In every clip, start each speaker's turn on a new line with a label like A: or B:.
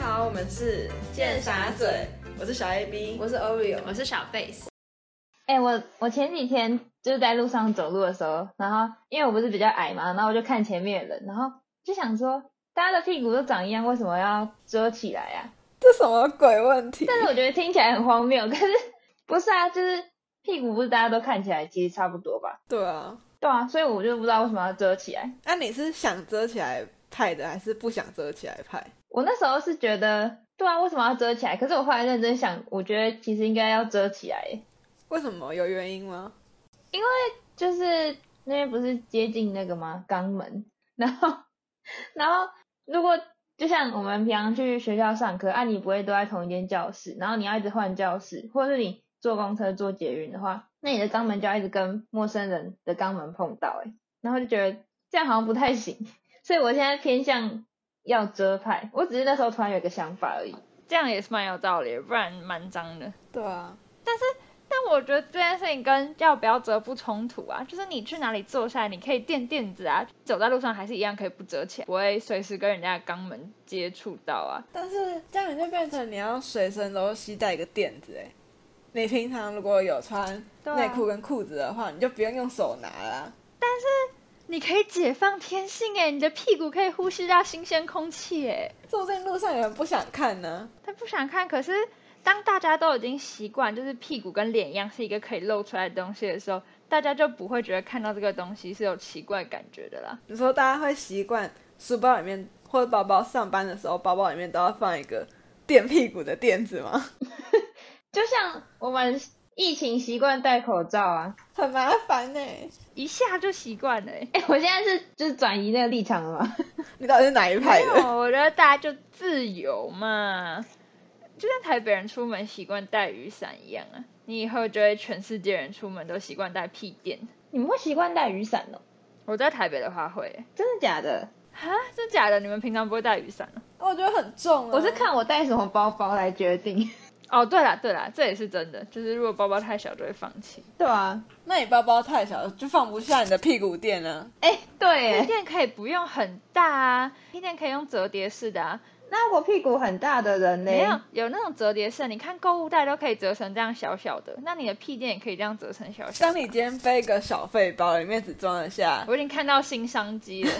A: 好，我们是
B: 贱傻嘴，
A: 我是小 A B，
B: 我是 Oreo，
C: 我是小贝斯。
D: 哎、我我前几天就是在路上走路的时候，然后因为我不是比较矮嘛，然后我就看前面的人，然后就想说，大家的屁股都长一样，为什么要遮起来啊？
B: 这什么鬼问题？
D: 但是我觉得听起来很荒谬，可是不是啊？就是屁股不是大家都看起来其实差不多吧？
B: 对啊，
D: 对啊，所以我就不知道为什么要遮起来。
B: 那、你是想遮起来派的，还是不想遮起来派？
D: 我那时候是觉得，对啊，为什么要遮起来？可是我后来认真想，我觉得其实应该要遮起来耶，
B: 为什么？有原因吗？
D: 就是那边不是接近那个吗？肛门，然后然后如果就像我们平常去学校上课，啊，你不会都在同一间教室，然后你要一直换教室，或者是你坐公车、坐捷运的话，那你的肛门就要一直跟陌生人的肛门碰到，哎，然后就觉得这样好像不太行，所以我现在偏向要遮派，我只是那时候突然有一个想法而已。
C: 这样也是蛮有道理的，不然蛮脏的。
B: 对啊，
C: 但我觉得这件事情跟要不要折不冲突啊，就是你去哪里坐下来，你可以垫垫子啊，走在路上还是一样可以不折起来，不会随时跟人家的肛门接触到啊。
B: 但是这样你就变成你要随身都携带一个垫子哎。你平常如果有穿
C: 对啊
B: 内裤跟裤子的话，你就不用用手拿啦、
C: 你可以解放天性哎，你的屁股可以呼吸到新鲜空气哎。
B: 说不定路上有人不想看呢、
C: 他不想看，可是当大家都已经习惯，就是屁股跟脸一样是一个可以露出来的东西的时候，大家就不会觉得看到这个东西是有奇怪感觉的啦。
B: 你说大家会习惯书包里面或者包包上班的时候，包包里面都要放一个垫屁股的垫子吗？
D: 就像我们疫情习惯戴口罩啊，
B: 很麻烦呢、
C: 一下就习惯了、欸。
D: 哎、我现在是就是转移那个立场了嘛，
B: 你到底是哪一派
C: 没
B: 的？
C: 哦有，我觉得大家就自由嘛，就像台北人出门习惯带雨伞一样啊。你以后就会全世界人出门都习惯带屁垫。
D: 你们会习惯带雨伞哦？
C: 我在台北的话会、欸，
D: 真的假的？
C: 哈，真假的？你们平常不会带雨伞啊？
B: 我觉得很重、啊。
D: 我是看我带什么包包来决定。
C: 哦，对啦对啦，这也是真的，就是如果包包太小就会放弃。
D: 对啊，
B: 那你包包太小，就放不下你的屁股垫啊。
D: 哎、对
C: 屁
D: 耶，
C: 垫可以不用很大啊，屁垫可以用折叠式的啊。
D: 那我屁股很大的人呢？
C: 没有，有那种折叠式，你看购物袋都可以折成这样小小的，那你的屁垫也可以这样折成小小
B: 当
C: 的。
B: 你今天背一个小费包，里面只装得下；
C: 我已经看到新商机了，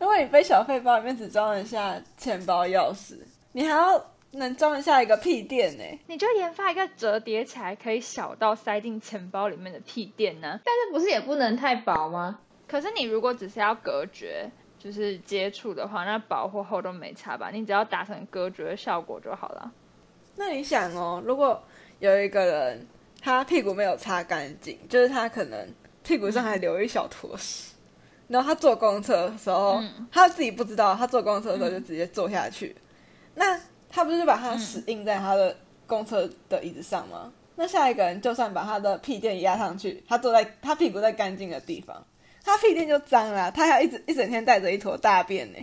B: 如果你背小费包，里面只装得下钱包、钥匙，你还要能装得下一个屁垫呢、
C: 你就研发一个折叠起来可以小到塞进钱包里面的屁垫啊呢、
D: 但是不是也不能太薄吗？
C: 可是你如果只是要隔绝，就是接触的话，那薄或厚都没差吧？你只要达成隔绝的效果就好了。
B: 那你想哦，如果有一个人他屁股没有擦干净，就是他可能屁股上还留一小坨屎，然后他坐公车的时候，
C: 嗯
B: 他自己不知道，他坐公车的时候就直接坐下去，那他不是把他屎印在他的公车的椅子上吗？那下一个人就算把他的屁垫压上去，他坐在他屁股在干净的地方，他屁垫就脏了，他还要一直一整天带着一坨大便呢、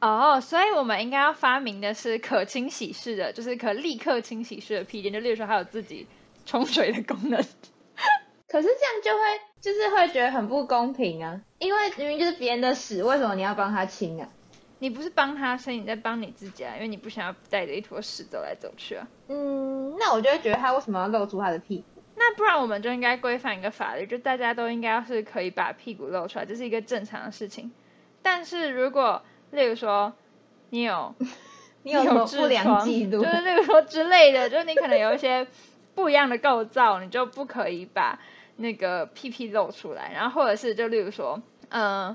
C: 哦所以我们应该要发明的是可清洗式的，就是可立刻清洗式的屁垫，就例如说它有自己冲水的功能。
D: 可是这样就会就是会觉得很不公平啊，因为明明就是别人的屎，为什么你要帮他清啊？
C: 你不是帮他，所以你在帮你自己啊，因为你不想要带着一坨屎走来走去啊。
D: 嗯，那我就会觉得他为什么要露出他的屁股？
C: 那不然我们就应该规范一个法律，就大家都应该要是可以把屁股露出来，这是一个正常的事情。但是如果例如说你有
D: 你
C: 你
D: 有什么
C: 痔
D: 不良
C: 疮
D: 记录
C: 就？是例如说之类的，就是你可能有一些不一样的构造，你就不可以把那个屁屁露出来。然后或者是就例如说，嗯、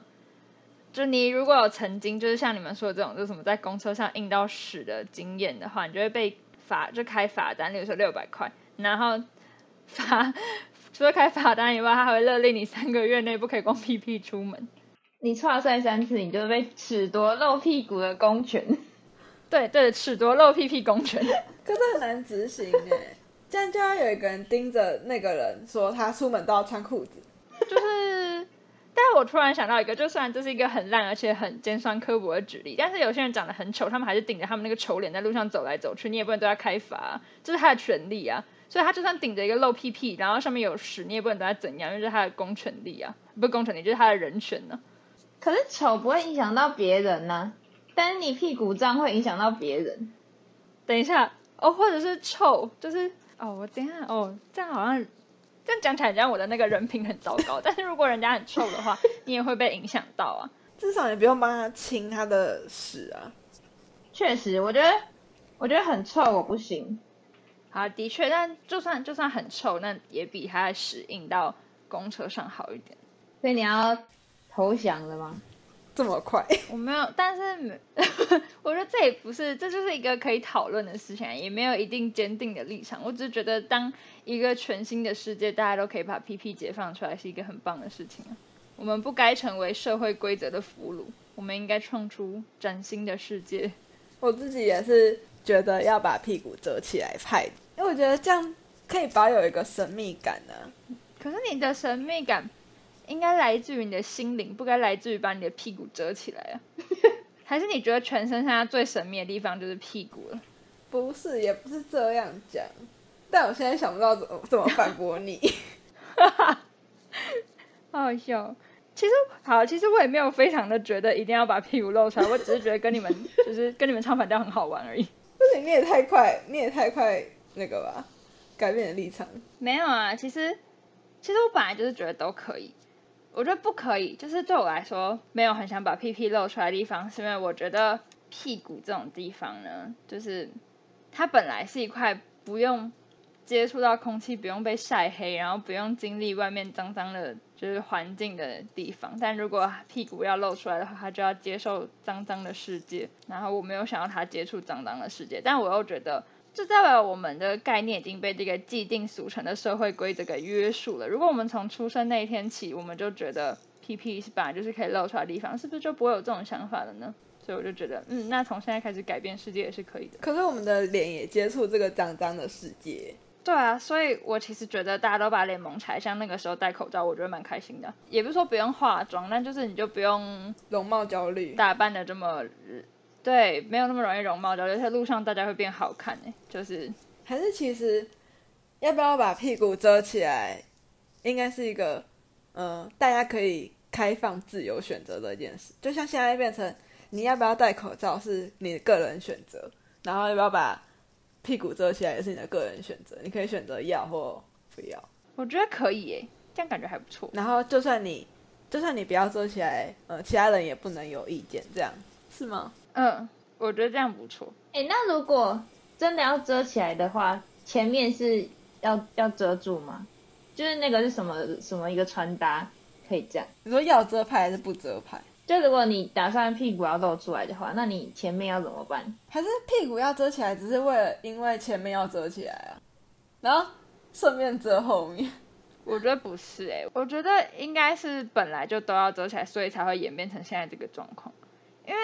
C: 就你如果有曾经就是像你们说的这种，就是什么在公车上印到屎的经验的话，你就会被罚，就开罚单，例如说六百块，然后罚除了开罚单以外，他还会勒令你三个月内不可以光屁屁出门。
D: 你跨赛三次，你就被褫夺露屁股的公权。
C: 对对，褫夺露屁屁公权。
B: 可是很难执行哎、这样就要有一个人盯着那个人，说他出门都要穿裤子。
C: 就是，但我突然想到一个，就虽然这是一个很烂而且很尖酸刻薄的举例，但是有些人长得很丑，他们还是顶着他们那个丑脸在路上走来走去，你也不能对他开罚、这是他的权利啊。所以他就算顶着一个露屁屁，然后上面有屎，你也不能对他怎样，因为这是他的公权力啊，不是公权力，就是他的人权呢、
D: 可是丑不会影响到别人呐、但是你屁股脏会影响到别人。
C: 等一下哦，或者是臭，就是哦，我等一下哦，这样好像这样讲起来，让我的那个人品很糟糕。但是如果人家很臭的话，你也会被影响到啊。
B: 至少你不用帮他清他的屎啊。
D: 确实，我觉得我觉得很臭，我不行。
C: 好，的确，但就算就算很臭，那也比他的屎印到公车上好一点。
D: 所以你要投降了吗？
B: 这么快，
C: 我没有，但是 没我觉得这也不是，这就是一个可以讨论的事情啊，也没有一定坚定的立场。我只是觉得，当一个全新的世界，大家都可以把 PP 解放出来，是一个很棒的事情啊。我们不该成为社会规则的俘虏，我们应该创出崭新的世界。
B: 我自己也是觉得要把屁股折起来拍，因为我觉得这样可以保有一个神秘感呢、啊。
C: 可是你的神秘感应该来自于你的心灵，不该来自于把你的屁股折起来 啊。还是你觉得全身上下最神秘的地方就是屁股了？
B: 不是，也不是这样讲，但我现在想不到怎么怎么反驳你。
C: 好好笑哦。其实好，其实我也没有非常的觉得一定要把屁股露出来，我只是觉得跟你们就是跟你们唱反调很好玩而已。
B: 不行，你也太快，你也太快那个吧，改变你的立场。
C: 没有啊，其实其实我本来就是觉得都可以，我觉得不可以，就是对我来说没有很想把屁屁露出来的地方，是因为我觉得屁股这种地方呢，就是它本来是一块不用接触到空气、不用被晒黑，然后不用经历外面脏脏的，就是环境的地方。但如果屁股要露出来的话，它就要接受脏脏的世界。然后我没有想要它接触脏脏的世界，但我又觉得，这代表我们的概念已经被这个既定俗成的社会规则给约束了。如果我们从出生那一天起，我们就觉得屁屁是本来就是可以露出来的地方，是不是就不会有这种想法了呢？所以我就觉得，嗯，那从现在开始改变世界也是可以的。
B: 可是我们的脸也接触这个脏脏的世界，
C: 对啊，所以我其实觉得大家都把脸蒙起来，像那个时候戴口罩，我觉得蛮开心的。也不是说不用化妆，但就是你就不用
B: 容貌焦虑。
C: 打扮的这么，对，没有那么容易容貌焦虑。在路上大家会变好看哎、就是
B: 还是其实要不要把屁股遮起来，应该是一个呃大家可以开放自由选择的一件事。就像现在变成你要不要戴口罩是你的个人选择，然后要不要把屁股遮起来也是你的个人选择，你可以选择要或不要。
C: 我觉得可以哎、这样感觉还不错。
B: 然后就算你就算你不要遮起来，呃，其他人也不能有意见，这样是吗？
C: 嗯，我觉得这样不错。
D: 哎、那如果真的要遮起来的话，前面是要要遮住吗？就是那个是什么什么一个穿搭可以这样？
B: 你说要遮牌还是不遮牌？
D: 就如果你打算屁股要露出来的话，那你前面要怎么办？
B: 还是屁股要遮起来，只是为了因为前面要遮起来啊，然后顺便遮后面。
C: 我觉得不是哎、我觉得应该是本来就都要遮起来，所以才会演变成现在这个状况。因为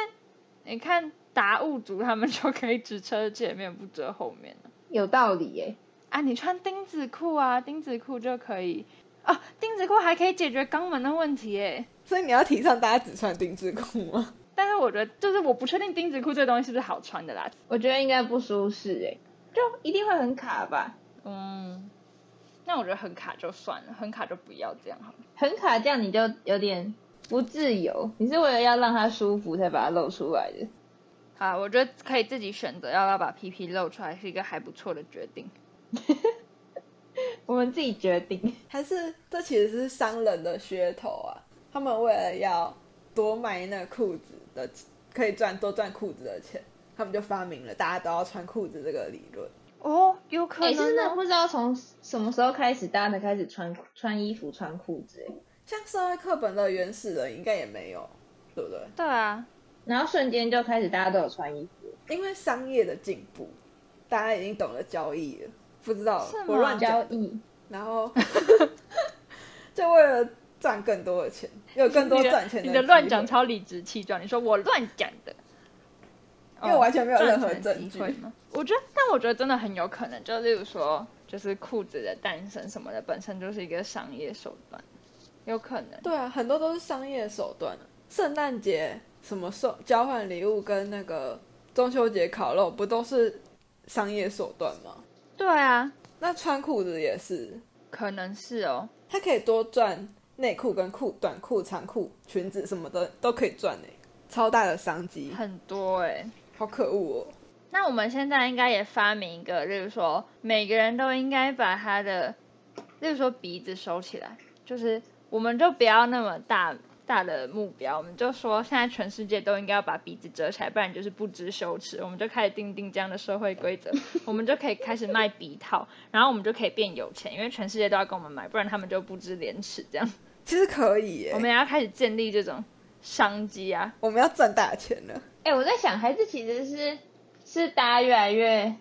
C: 你看达悟族他们 就可以只遮前面不遮后面了
D: 有道理耶、
C: 啊，你穿钉子裤啊，钉子裤就可以哦，钉子裤还可以解决肛门的问题哎。
B: 所以你要提倡大家只穿丁字裤吗？
C: 但是我觉得，就是我不确定钉子裤这东西是不是好穿的啦。
D: 我觉得应该不舒适哎、就一定会很卡吧？
C: 嗯，那我觉得很卡就算了，很卡就不要这样好了。
D: 很卡，这样你就有点不自由。你是为了要让它舒服才把它露出来的。
C: 好，我觉得可以自己选择要不要把屁屁露出来，是一个还不错的决定。
D: 我们自己决 定。
B: 还是这其实是商人的噱头啊？他们为了要多卖那裤子的，可以赚多赚裤子的钱，他们就发明了大家都要穿裤子这个理论。
C: 哦，有可
D: 哎、
C: 能、
D: 是真的不知道从什么时候开始，大家才开始穿穿衣服、穿裤子、哎，
B: 像社会课本的原始人应该也没有，对不对？
C: 对啊，
D: 然后瞬间就开始大家都有穿衣服，
B: 因为商业的进步，大家已经懂得交易了，不知道
C: 是吗
B: 我乱讲
D: 交易。
B: 然后就为了赚更多的钱，有更多赚钱
C: 你的
B: 的
C: 你的乱
B: 机
C: 讲
B: 会
C: 超理直气壮，你说我乱讲的，
B: 因为我完全没有
C: 哦
B: 任何
C: 赚钱的
B: 证
C: 机
B: 据
C: 会吗？我觉得，但我觉得真的很有可能，就例如说，就是裤子的诞生什么的，本身就是一个商业手段，有可能。
B: 对啊，很多都是商业手段啊。圣诞节什么送交换礼物跟那个中秋节烤肉，不都是商业手段吗？
C: 对啊，
B: 那穿裤子也是，
C: 可能是哦。
B: 它可以多赚内裤跟裤、短裤、长裤、裙欸子什么的都可以赚呢、超大的商机，
C: 很多哎、
B: 好可恶哦！
C: 那我们现在应该也发明一个，例如说每个人都应该把他的，例如说鼻子收起来，就是我们就不要那么大大的目标，我们就说现在全世界都应该要把鼻子遮起来，不然就是不知羞耻。我们就开始定定这样的社会规则， 我们就可以开始卖鼻套，然后我们就可以变有钱，因为全世界都要跟我们买，不然他们就不知廉耻。这样，
B: 其实可以耶
C: 我，们也要开始建立这种商机啊。
B: 我们要赚大钱了。
D: 哎、我在想，还是其实是是大家越来越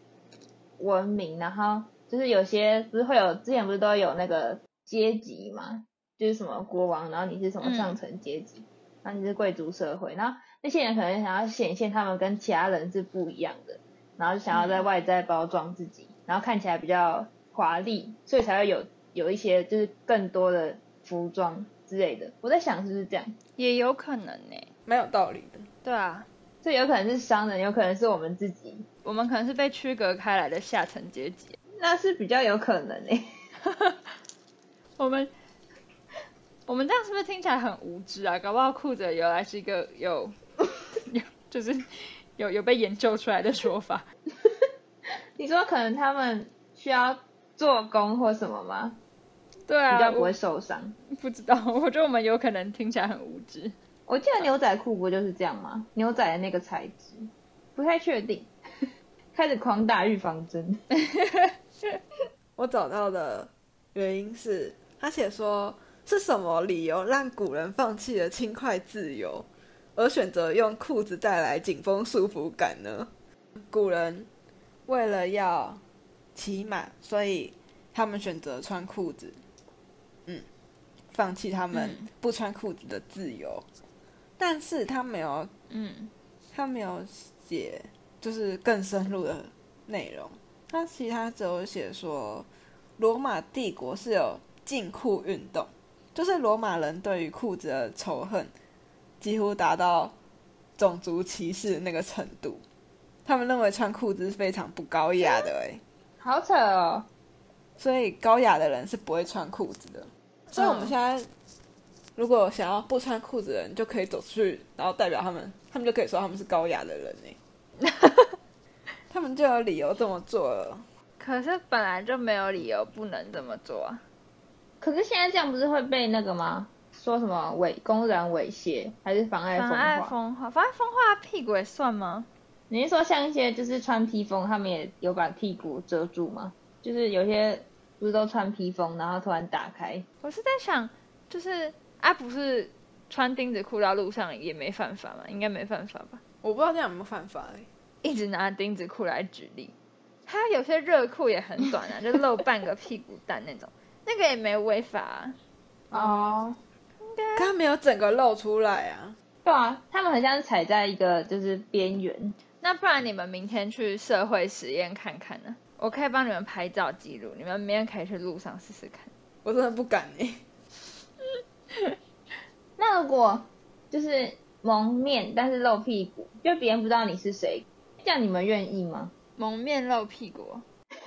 D: 文明，然后就是有些不是会有之前不是都有那个阶级嘛，就是什么国王，然后你是什么
C: 嗯
D: 上层阶级，然后你是贵族社会，然后那些人可能想要显现他们跟其他人是不一样的，然后就想要在外在包装自己，然后看起来比较华丽，所以才会有有一些就是更多的服装之类的。我在想是不是这样？
C: 也有可能欸呢、
B: 蛮有道理的。
C: 对啊，
D: 所以有可能是商人，有可能是我们自己，
C: 我们可能是被区隔开来的下层阶级。
D: 那是比较有可能欸诶、
C: 我们我们这样是不是听起来很无知啊？搞不好酷的由来是一个有有就是有有被研究出来的说 法。
D: 你说可能他们需要做工或什么吗？
C: 对
D: 比
C: 啊，
D: 较不
C: 我
D: 会受伤。
C: 不知道，我觉得我们有可能听起来很无知。
D: 我记得牛仔裤不就是这样吗？牛仔的那个材质，不太确定。 开始狂打预防针，
B: 我找到的原因是，他写说是什么理由让古人放弃了轻快自由，而选择用裤子带来紧绷束缚感呢？古人为了要骑马，所以他们选择穿裤子，嗯，放弃他们不穿裤子的自由。但是他没有，
C: 嗯，
B: 他没有写就是更深入的内容。他其他只有写说，罗马帝国是有禁裤运动，就是罗马人对于裤子的仇恨几乎达到种族歧视那个程度。他们认为穿裤子是非常不高雅的、欸，
D: 好扯哦！
B: 所以高雅的人是不会穿裤子的。所以我们现在如果想要不穿裤子的人，就可以走出去，然后代表他们，他们就可以说他们是高雅的人呢、 他们就有理由这么做了。
C: 可是本来就没有理由不能这么做啊。
D: 可是现在这样不是会被那个吗？说什么猥公然猥亵，还是妨碍
C: 妨
D: 风
C: 碍
D: 化？
C: 风化，妨碍风化屁股也算吗？
D: 你是说像一些就是穿披风，他们也有把屁股遮住吗？就是有些不是都穿披风，然后突然打开，
C: 我是在想，就是啊，不是穿钉子裤到路上也没犯法嘛？应该没犯法吧？
B: 我不知道这样有没有犯法、欸，
C: 一直拿钉子裤来举例。还有有些热裤也很短啊，就露半个屁股蛋那种，那个也没违法、啊。
D: 哦，
B: 可他没有整个露出来啊。
D: 对啊，他们很像踩在一个就是边缘，
C: 那不然你们明天去社会实验看看呢、我可以帮你们拍照记录，你们明天可以去路上试试看。
B: 我真的不敢哎、
D: 那如果就是蒙面但是露屁股，就别人不知道你是谁，这样你们愿意吗？
C: 蒙面露屁股。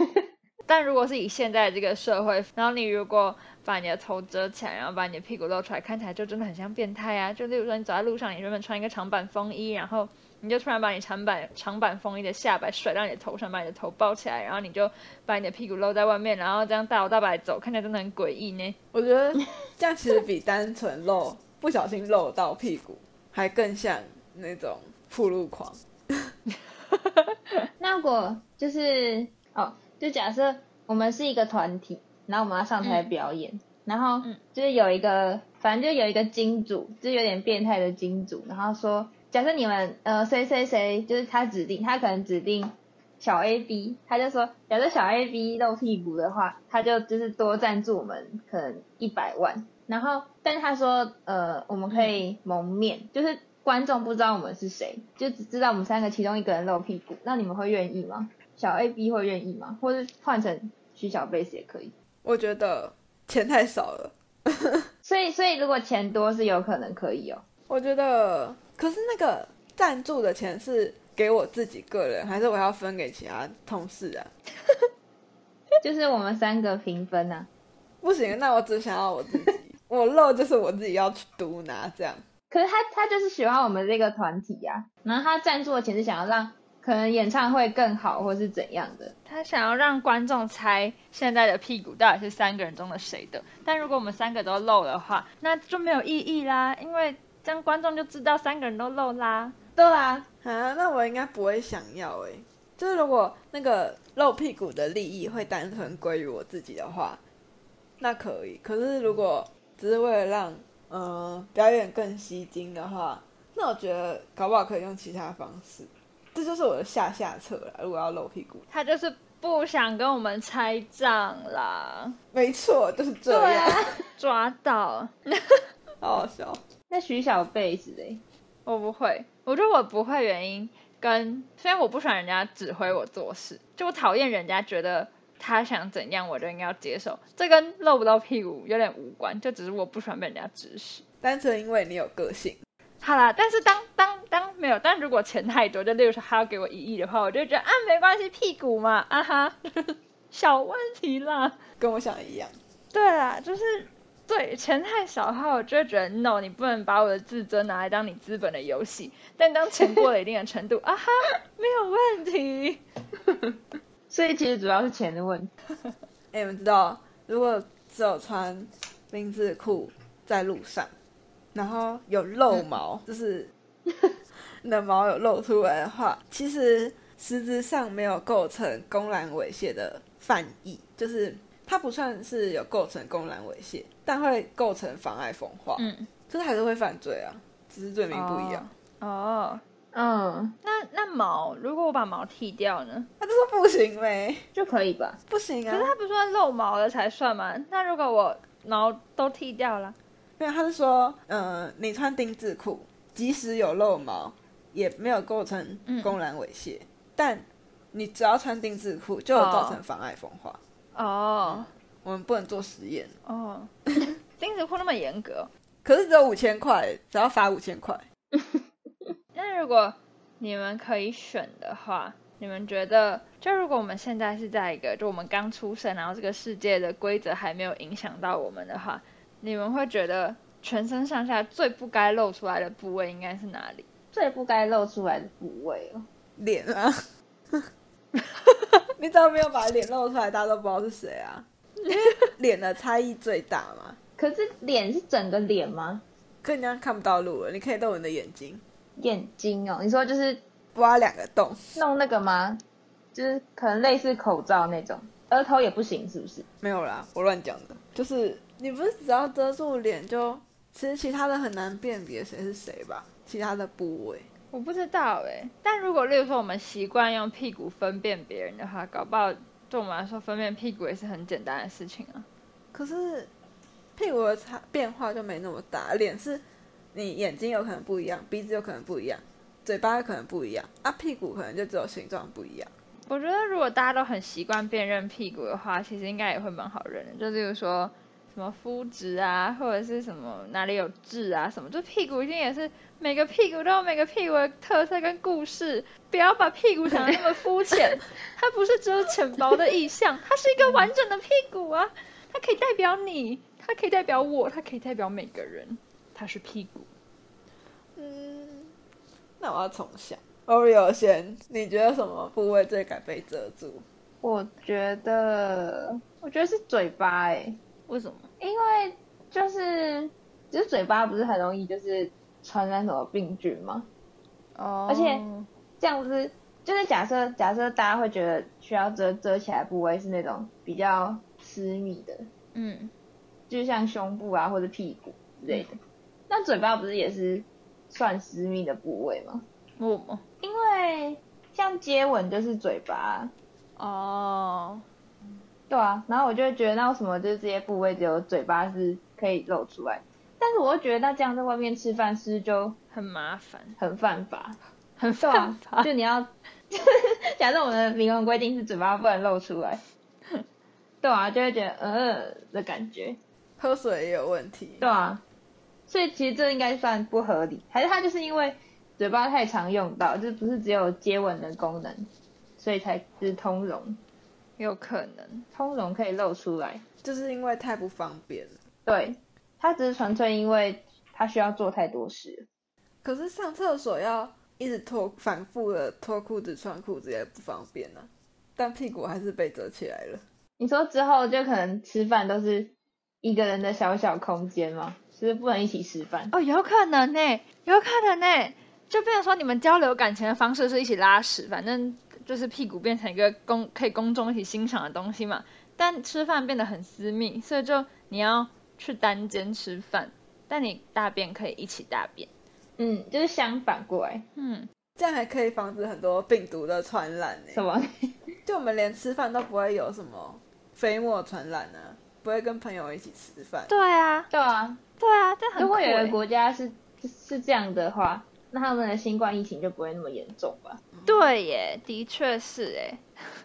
C: 但如果是以现在这个社会，然后你如果把你的头遮起来，然后把你的屁股露出来，看起来就真的很像变态啊！就例如说，你走在路上，你原本穿一个长版风衣，然后你就突然把你长版长版风衣的下摆甩到你的头上，把你的头包起来，然后你就把你的屁股露在外面，然后这样大摇大摆走，看起来真的很诡异呢。
B: 我觉 得这样其实比单纯露不小心露到屁股还更像那种铺路狂。
D: 那如果就是哦，就假设我们是一个团体，然后我们要上台表演，然后
C: 嗯
D: 就是有一个，反正就有一个金主，就是有点变态的金主，然后说，假设你们呃谁谁谁，就是他指定，他可能指定小 A B，他就说，假设小 A B 露屁股的话，他就就是多赞助我们可能一百万，然后但是他说，呃，我们可以蒙面，就是观众不知道我们是谁，就只知道我们三个其中一个人露屁股，那你们会愿意吗？小 A B 会愿意吗？或是换成徐小贝斯也可以。
B: 我觉得钱太少了。
D: 所以，所以如果钱多是有可能可以哦。
B: 我觉得，可是那个赞助的钱是给我自己个人，还是我要分给其他同事啊？
D: 就是我们三个平分啊呐、
B: 不行，那我只想要我自 己，我漏就是我自己要去独拿这样。
D: 啊可是他他就是喜欢我们这个团体呀、然后他赞助的钱是想要让可能演唱会更好，或是怎样的。
C: 他想要让观众猜现在的屁股到底是三个人中的谁的，但如果我们三个都漏的话，那就没有意义啦，因为这样观众就知道三个人都漏啦。
D: 对啊，
B: 啊，那我应该不会想要诶、就是如果那个露屁股的利益会单纯归于我自己的话，那可以。可是如果只是为了让呃表演更吸睛的话，那我觉得搞不好可以用其他方式。这就是我的下下策了。如果要露屁股，
C: 他就是不想跟我们拆账啦，
B: 没错，就是这
D: 对
B: 样，
D: 啊。
C: 抓到
B: 好好笑。
D: 那徐小贝之类，
C: 我不会，我觉得我不会原因跟虽然我不喜欢人家指挥我做事，就我讨厌人家觉得。他想怎样，我就应该要接受。这跟露不露屁股有点无关，就只是我不喜欢被人家指使。
B: 单纯因为你有个性，
C: 好啦，但是当当当没有，但如果钱太多，就例如说他要给我一亿的话，我就觉得啊没关系，屁股嘛，啊哈， 小问题啦。
B: 跟我想的一样。
C: 对啦，就是对钱太少的话，我就会觉得 no，你不能把我的自尊拿来当你资本的游戏。但当钱过了一定的 程度，啊哈，没有问题。
D: 所以其实主要是钱的问题。
B: 哎、你们知道，如果只有穿丁字裤在路上，然后有露
C: 嗯
B: 毛，就是 你的毛有露出来的话，其实实质上没有构成公然猥亵的犯意，就是它不算是有构成公然猥亵，但会构成妨碍风化，
C: 嗯，
B: 就是还是会犯罪啊，只是罪名不一样。
C: 哦，
D: 嗯，
C: 那那毛，如果我把毛剃掉呢？
B: 他、就说不行呗，
D: 就可以吧。
B: 不行
C: 可
B: 啊
C: 是，它不算露毛了才算嘛？那如果我毛都剃掉了？
B: 没有，他是说，呃，你穿丁字裤，即使有露毛，也没有构成公然猥亵，但你只要穿丁字裤，就有造成妨碍风化。
C: 哦
B: 我们不能做实验，
C: 哦， 钉子裤那么严格。
B: 可是只有五千块，只要罚五千块。
C: 那如果你们可以选的话，你们觉得，就如果我们现在是在一个，就我们刚出生，然后这个世界的规则还没有影响到我们的话，你们会觉得全身上下最不该露出来的部位应该是哪里？
D: 最不该露出来的部位哦。
B: 脸啊，你只要没有把脸露出来，大家都不知道是谁啊。因为脸的差异最大嘛，
D: 可是脸是整个脸吗？
B: 可你这样看不到路了，你可以露你的眼睛，
D: 眼睛哦，你说就是
B: 挖两个洞。
D: 弄那个吗？就是可能类似口罩那种，额头也不行，是不是？
B: 没有啦，我乱讲的。就是你不是只要遮住脸就，其实其他的很难辨别谁是谁吧？其他的部位，
C: 我不知道诶、但如果例如说我们习惯用屁股分辨别人的话，搞不好对我们来说分辨屁股也是很简单的事情啊。
B: 可是屁股的差变化就没那么大。脸是你眼睛有可能不一样，鼻子有可能不一样，嘴巴有可能不一样，啊，屁股可能就只有形状不一样。
C: 我觉得如果大家都很习惯辨认屁股的话，其实应该也会蛮好认的。就例如说什么肤质啊，或者是什么哪里有痣啊，什么，就屁股一定也是每个屁股都有每个屁股的特色跟故事。不要把屁股想的那么肤浅，它不是只有浅薄的意象，它是一个完整的屁股啊，它可以代表你，它可以代表我，它可以代表每个人，它是屁股。
B: 嗯，那我要重想。Oreo 先，你觉得什么部位最该被遮住？
D: 我觉得，我觉得是嘴巴哎、
C: 为什么？
D: 因为就是就是嘴巴不是很容易就是传染什么病菌吗？
C: 哦
D: 而且这样子就是假设假设大家会觉得需要遮遮起来的部位是那种比较私密的，
C: 嗯，
D: 就是像胸部啊或者屁股之类的。那嘴巴不是也是算私密的部位吗？
C: 我我
D: 因为像接吻就是嘴巴，
C: 哦。
D: 对啊。然后我就会觉得那为什么就是这些部位只有嘴巴是可以露出来？但是我又觉得那这样在外面吃饭是不是就
C: 很麻烦，
D: 很犯法？
C: 很
D: 对
C: 犯
D: 啊
C: 法。，
D: 就你要假设我们的明文规定是嘴巴不能露出来， 对啊，就会觉得呃的感觉，
B: 喝水也有问题
D: 对。啊，所以其实这应该算不合理，还是他就是因为嘴巴太常用到，就是不是只有接吻的功能，所以才就是通融，
C: 有可能。
D: 通融可以露出来，
B: 就是因为太不方便了。
D: 对，他只是纯粹因为他需要做太多事，
B: 可是上厕所要一直脱反复的脱裤子、穿裤子也不方便呢、啊但屁股还是被折起来了。
D: 你说之后就可能吃饭都是一个人的小小空间吗？就是不能一起吃饭？
C: 哦，有可能呢、有可能呢、就变成说你们交流感情的方式是一起拉屎，反正就是屁股变成一个公可以公众一起欣赏的东西嘛。但吃饭变得很私密，所以就你要去单间吃饭，但你大便可以一起大便。
D: 嗯，就是相反过来，
C: 嗯，
B: 这样还可以防止很多病毒的传染呢、
D: 什么？
B: 就我们连吃饭都不会有什么飞沫传染啊，不会跟朋友一起吃饭。
C: 对啊，
D: 对啊，
C: 对啊，这很
D: 如果
C: 酷
D: 有
C: 欸
D: 的国家是是这样的话，那他们的新冠疫情就不会那么严重吧？
C: 对耶，的确是哎，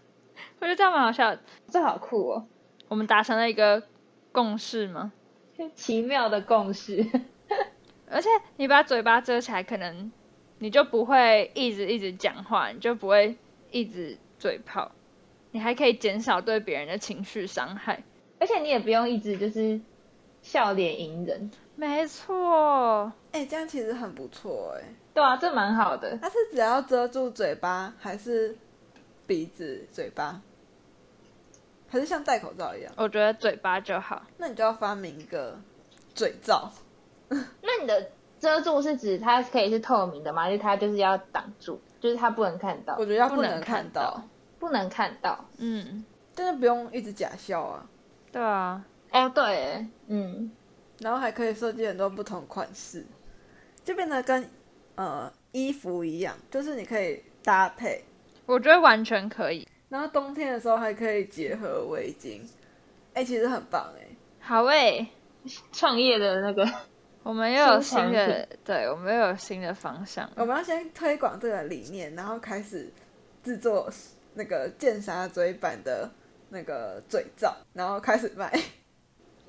C: 我觉得这样蛮好笑的。
D: 这好酷哦，
C: 我们达成了一个共识吗？
D: 奇妙的共识。
C: 而且你把嘴巴遮起来，可能你就不会一直一直讲话，你就不会一直嘴炮，你还可以减少对别人的情绪伤害。
D: 而且你也不用一直就是笑脸迎人，
C: 没错，
B: 哎、这样其实很不错哎、
D: 对啊，这蛮好的。
B: 它是只要遮住嘴巴，还是鼻子、嘴巴，还是像戴口罩一样？
C: 我觉得嘴巴就好。
B: 那你就要发明一个嘴罩，
D: 那你的遮住是指它可以是透明的吗？就是它就是要挡住，就是它不能看到
B: 我，觉得要
C: 不
B: 不
C: 能
B: 能
C: 看
B: 看到，
D: 不能看到。
C: 嗯，
B: 但是不用一直假笑啊。
C: 对啊，
D: 哎，对耶，嗯，
B: 然后还可以设计很多不同款式，就变得跟呃衣服一样，就是你可以搭配。
C: 我觉得完全可以。
B: 然后冬天的时候还可以结合围巾，哎、其实很棒哎、
C: 好诶、
D: 创业的那个，
C: 我们又有
D: 新产
C: 新的，哦对我们又有新的方向。
B: 我们要先推广这个理念，然后开始制作那个剑沙嘴版的那个嘴罩，然后开始卖。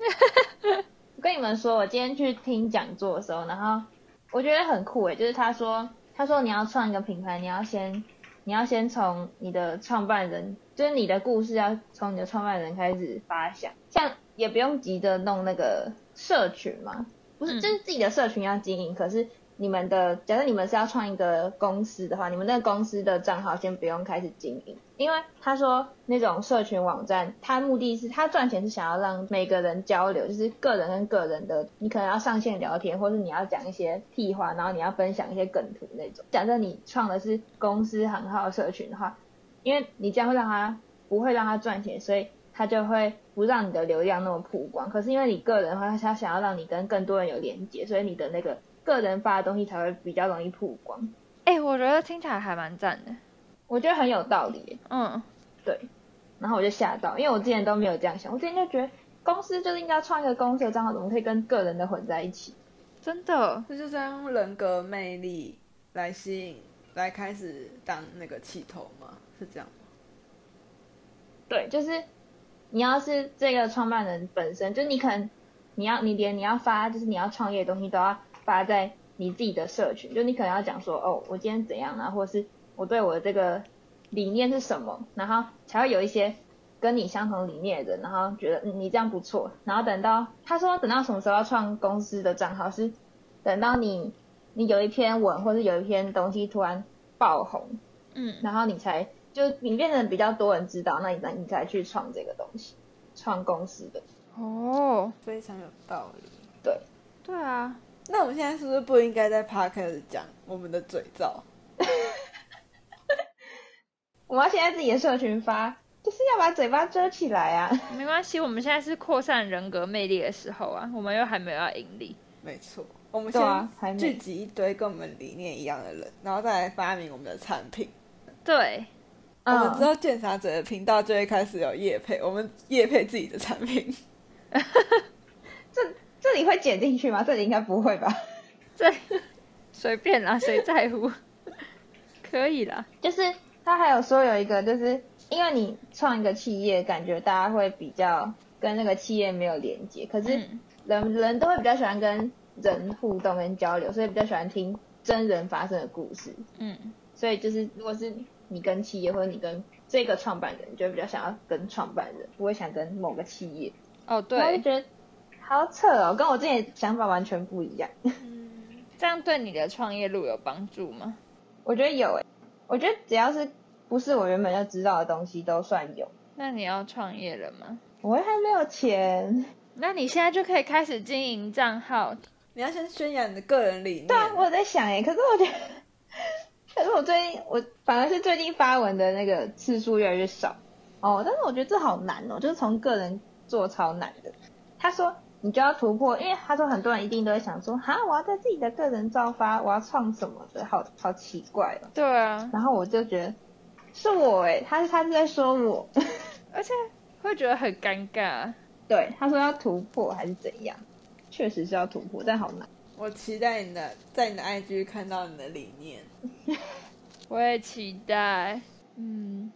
D: 我跟你们说，我今天去听讲座的时候，然后我觉得很酷诶，就是他说，他说你要创一个品牌，你要先，你要先从你的创办人，就是你的故事要从你的创办人开始发想，像也不用急着弄那个社群嘛，不是，
C: 嗯
D: 就是自己的社群要经营，可是你们的，假设你们是要创一个公司的话，你们那个公司的账号先不用开始经营，因为他说那种社群网站，他目的是他赚钱是想要让每个人交流，就是个人跟个人的，你可能要上线聊天，或是你要讲一些屁话，然后你要分享一些梗图那种。假设你创的是公司行号社群的话，因为你这样会让他不会让他赚钱，所以他就会不让你的流量那么曝光。可是因为你个人的话，他想要让你跟更多人有连接，所以你的那个个人发的东西才会比较容易曝光。
C: 诶、欸我觉得听起来还蛮赞的。
D: 我觉得很有道理耶，
C: 嗯，
D: 对。然后我就吓到，因为我之前都没有这样想，我之前就觉得公司就是应该创一个公司的账号，怎么可以跟个人的混在一起？
C: 真的，
B: 这就是要用人格魅力来吸引，来开始当那个气头吗？是这样吗？
D: 对，就是你要是这个创办人本身，就你可能你要你连你要发就是你要创业的东西都要发在你自己的社群，就你可能要讲说哦，我今天怎样啊，或是我对我的这个理念是什么，然后才会有一些跟你相同理念的人，然后觉得、嗯、你这样不错，然后等到他说等到什么时候要创公司的账号是等到你你有一篇文或是有一篇东西突然爆红，
C: 嗯，
D: 然后你才就你变成比较多人知道，那你才你才去创这个东西，创公司的。
C: 哦，
B: 非常有道理。
D: 对，
C: 对啊，
B: 那我们现在是不是不应该在 podcast 讲我们的嘴罩？
D: 我们要先在自己的社群发，就是要把嘴巴遮起来啊。
C: 没关系，我们现在是扩散人格魅力的时候啊，我们又还没有要盈利。
B: 没错，我们
D: 对啊还
B: 先
D: 没
B: 聚集一堆跟我们理念一样的人，然后再来发明我们的产品。
C: 对，
B: 我们之
D: 嗯，
B: 后鉴赏者的频道就会开始有业配，我们业配自己的产品。
D: 这这里会剪进去吗？这里应该不会吧？
C: 这随便啦，谁在 乎？可以啦，
D: 就是他还有说有一个，就是因为你创一个企业，感觉大家会比较跟那个企业没有连接，可是
C: 嗯
D: 人、人都会比较喜欢跟人互动跟交流，所以比较喜欢听真人发生的故事。
C: 嗯，
D: 所以就是，如果是你跟企业或者你跟这个创办人，你就会比较想要跟创办人，不会想跟某个企业。
C: 哦
D: 我就
C: 对，
D: 觉得好扯哦，跟我之前想法完全不一样。
C: 这样对你的创业路有帮助吗？
D: 我觉得有诶、我觉得只要是不是我原本就知道的东西都算有。
C: 那你要创业了吗？
D: 我还没有钱，
C: 那你现在就可以开始经营账号，
B: 你要先宣扬你的个人理念。
D: 对啊，我有在想诶、可是我觉得， 可是我最近我反而是最近发文的那个次数越来越少哦，但是我觉得这好难哦，就是从个人做超难的。他说你就要突破，因为他说很多人一定都会想说，哈，我要在自己的个人照发，我要创什么的，好好奇怪哦。
C: 对啊，
D: 然后我就觉得是我诶、他他是在说我，
C: 而且会觉得很尴尬。
D: 对，他说要突破还是怎样，确实是要突破，但好难。
B: 我期待你的在你的 IG 看到你的理念。
C: 我也期待，嗯，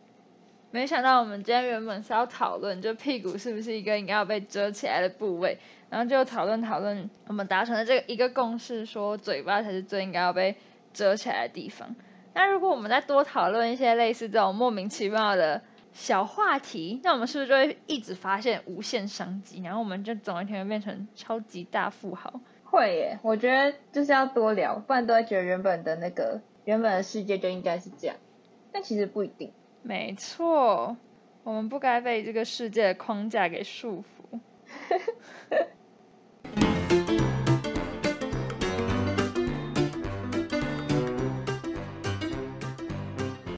C: 没想到我们今天原本是要讨论，就屁股是不是一个应该要被遮起来的部位，然后就讨论讨论，我们达成了这个一个共识，说嘴巴才是最应该要被遮起来的地方。那如果我们再多讨论一些类似这种莫名其妙的小话题，那我们是不是就会一直发现无限商机？然后我们就总有一天会变成超级大富豪？
D: 会耶，我觉得就是要多聊，不然都会觉得原本的那个原本的世界就应该是这样，但其实不一定。
C: 没错，我们不该被这个世界的框架给束缚。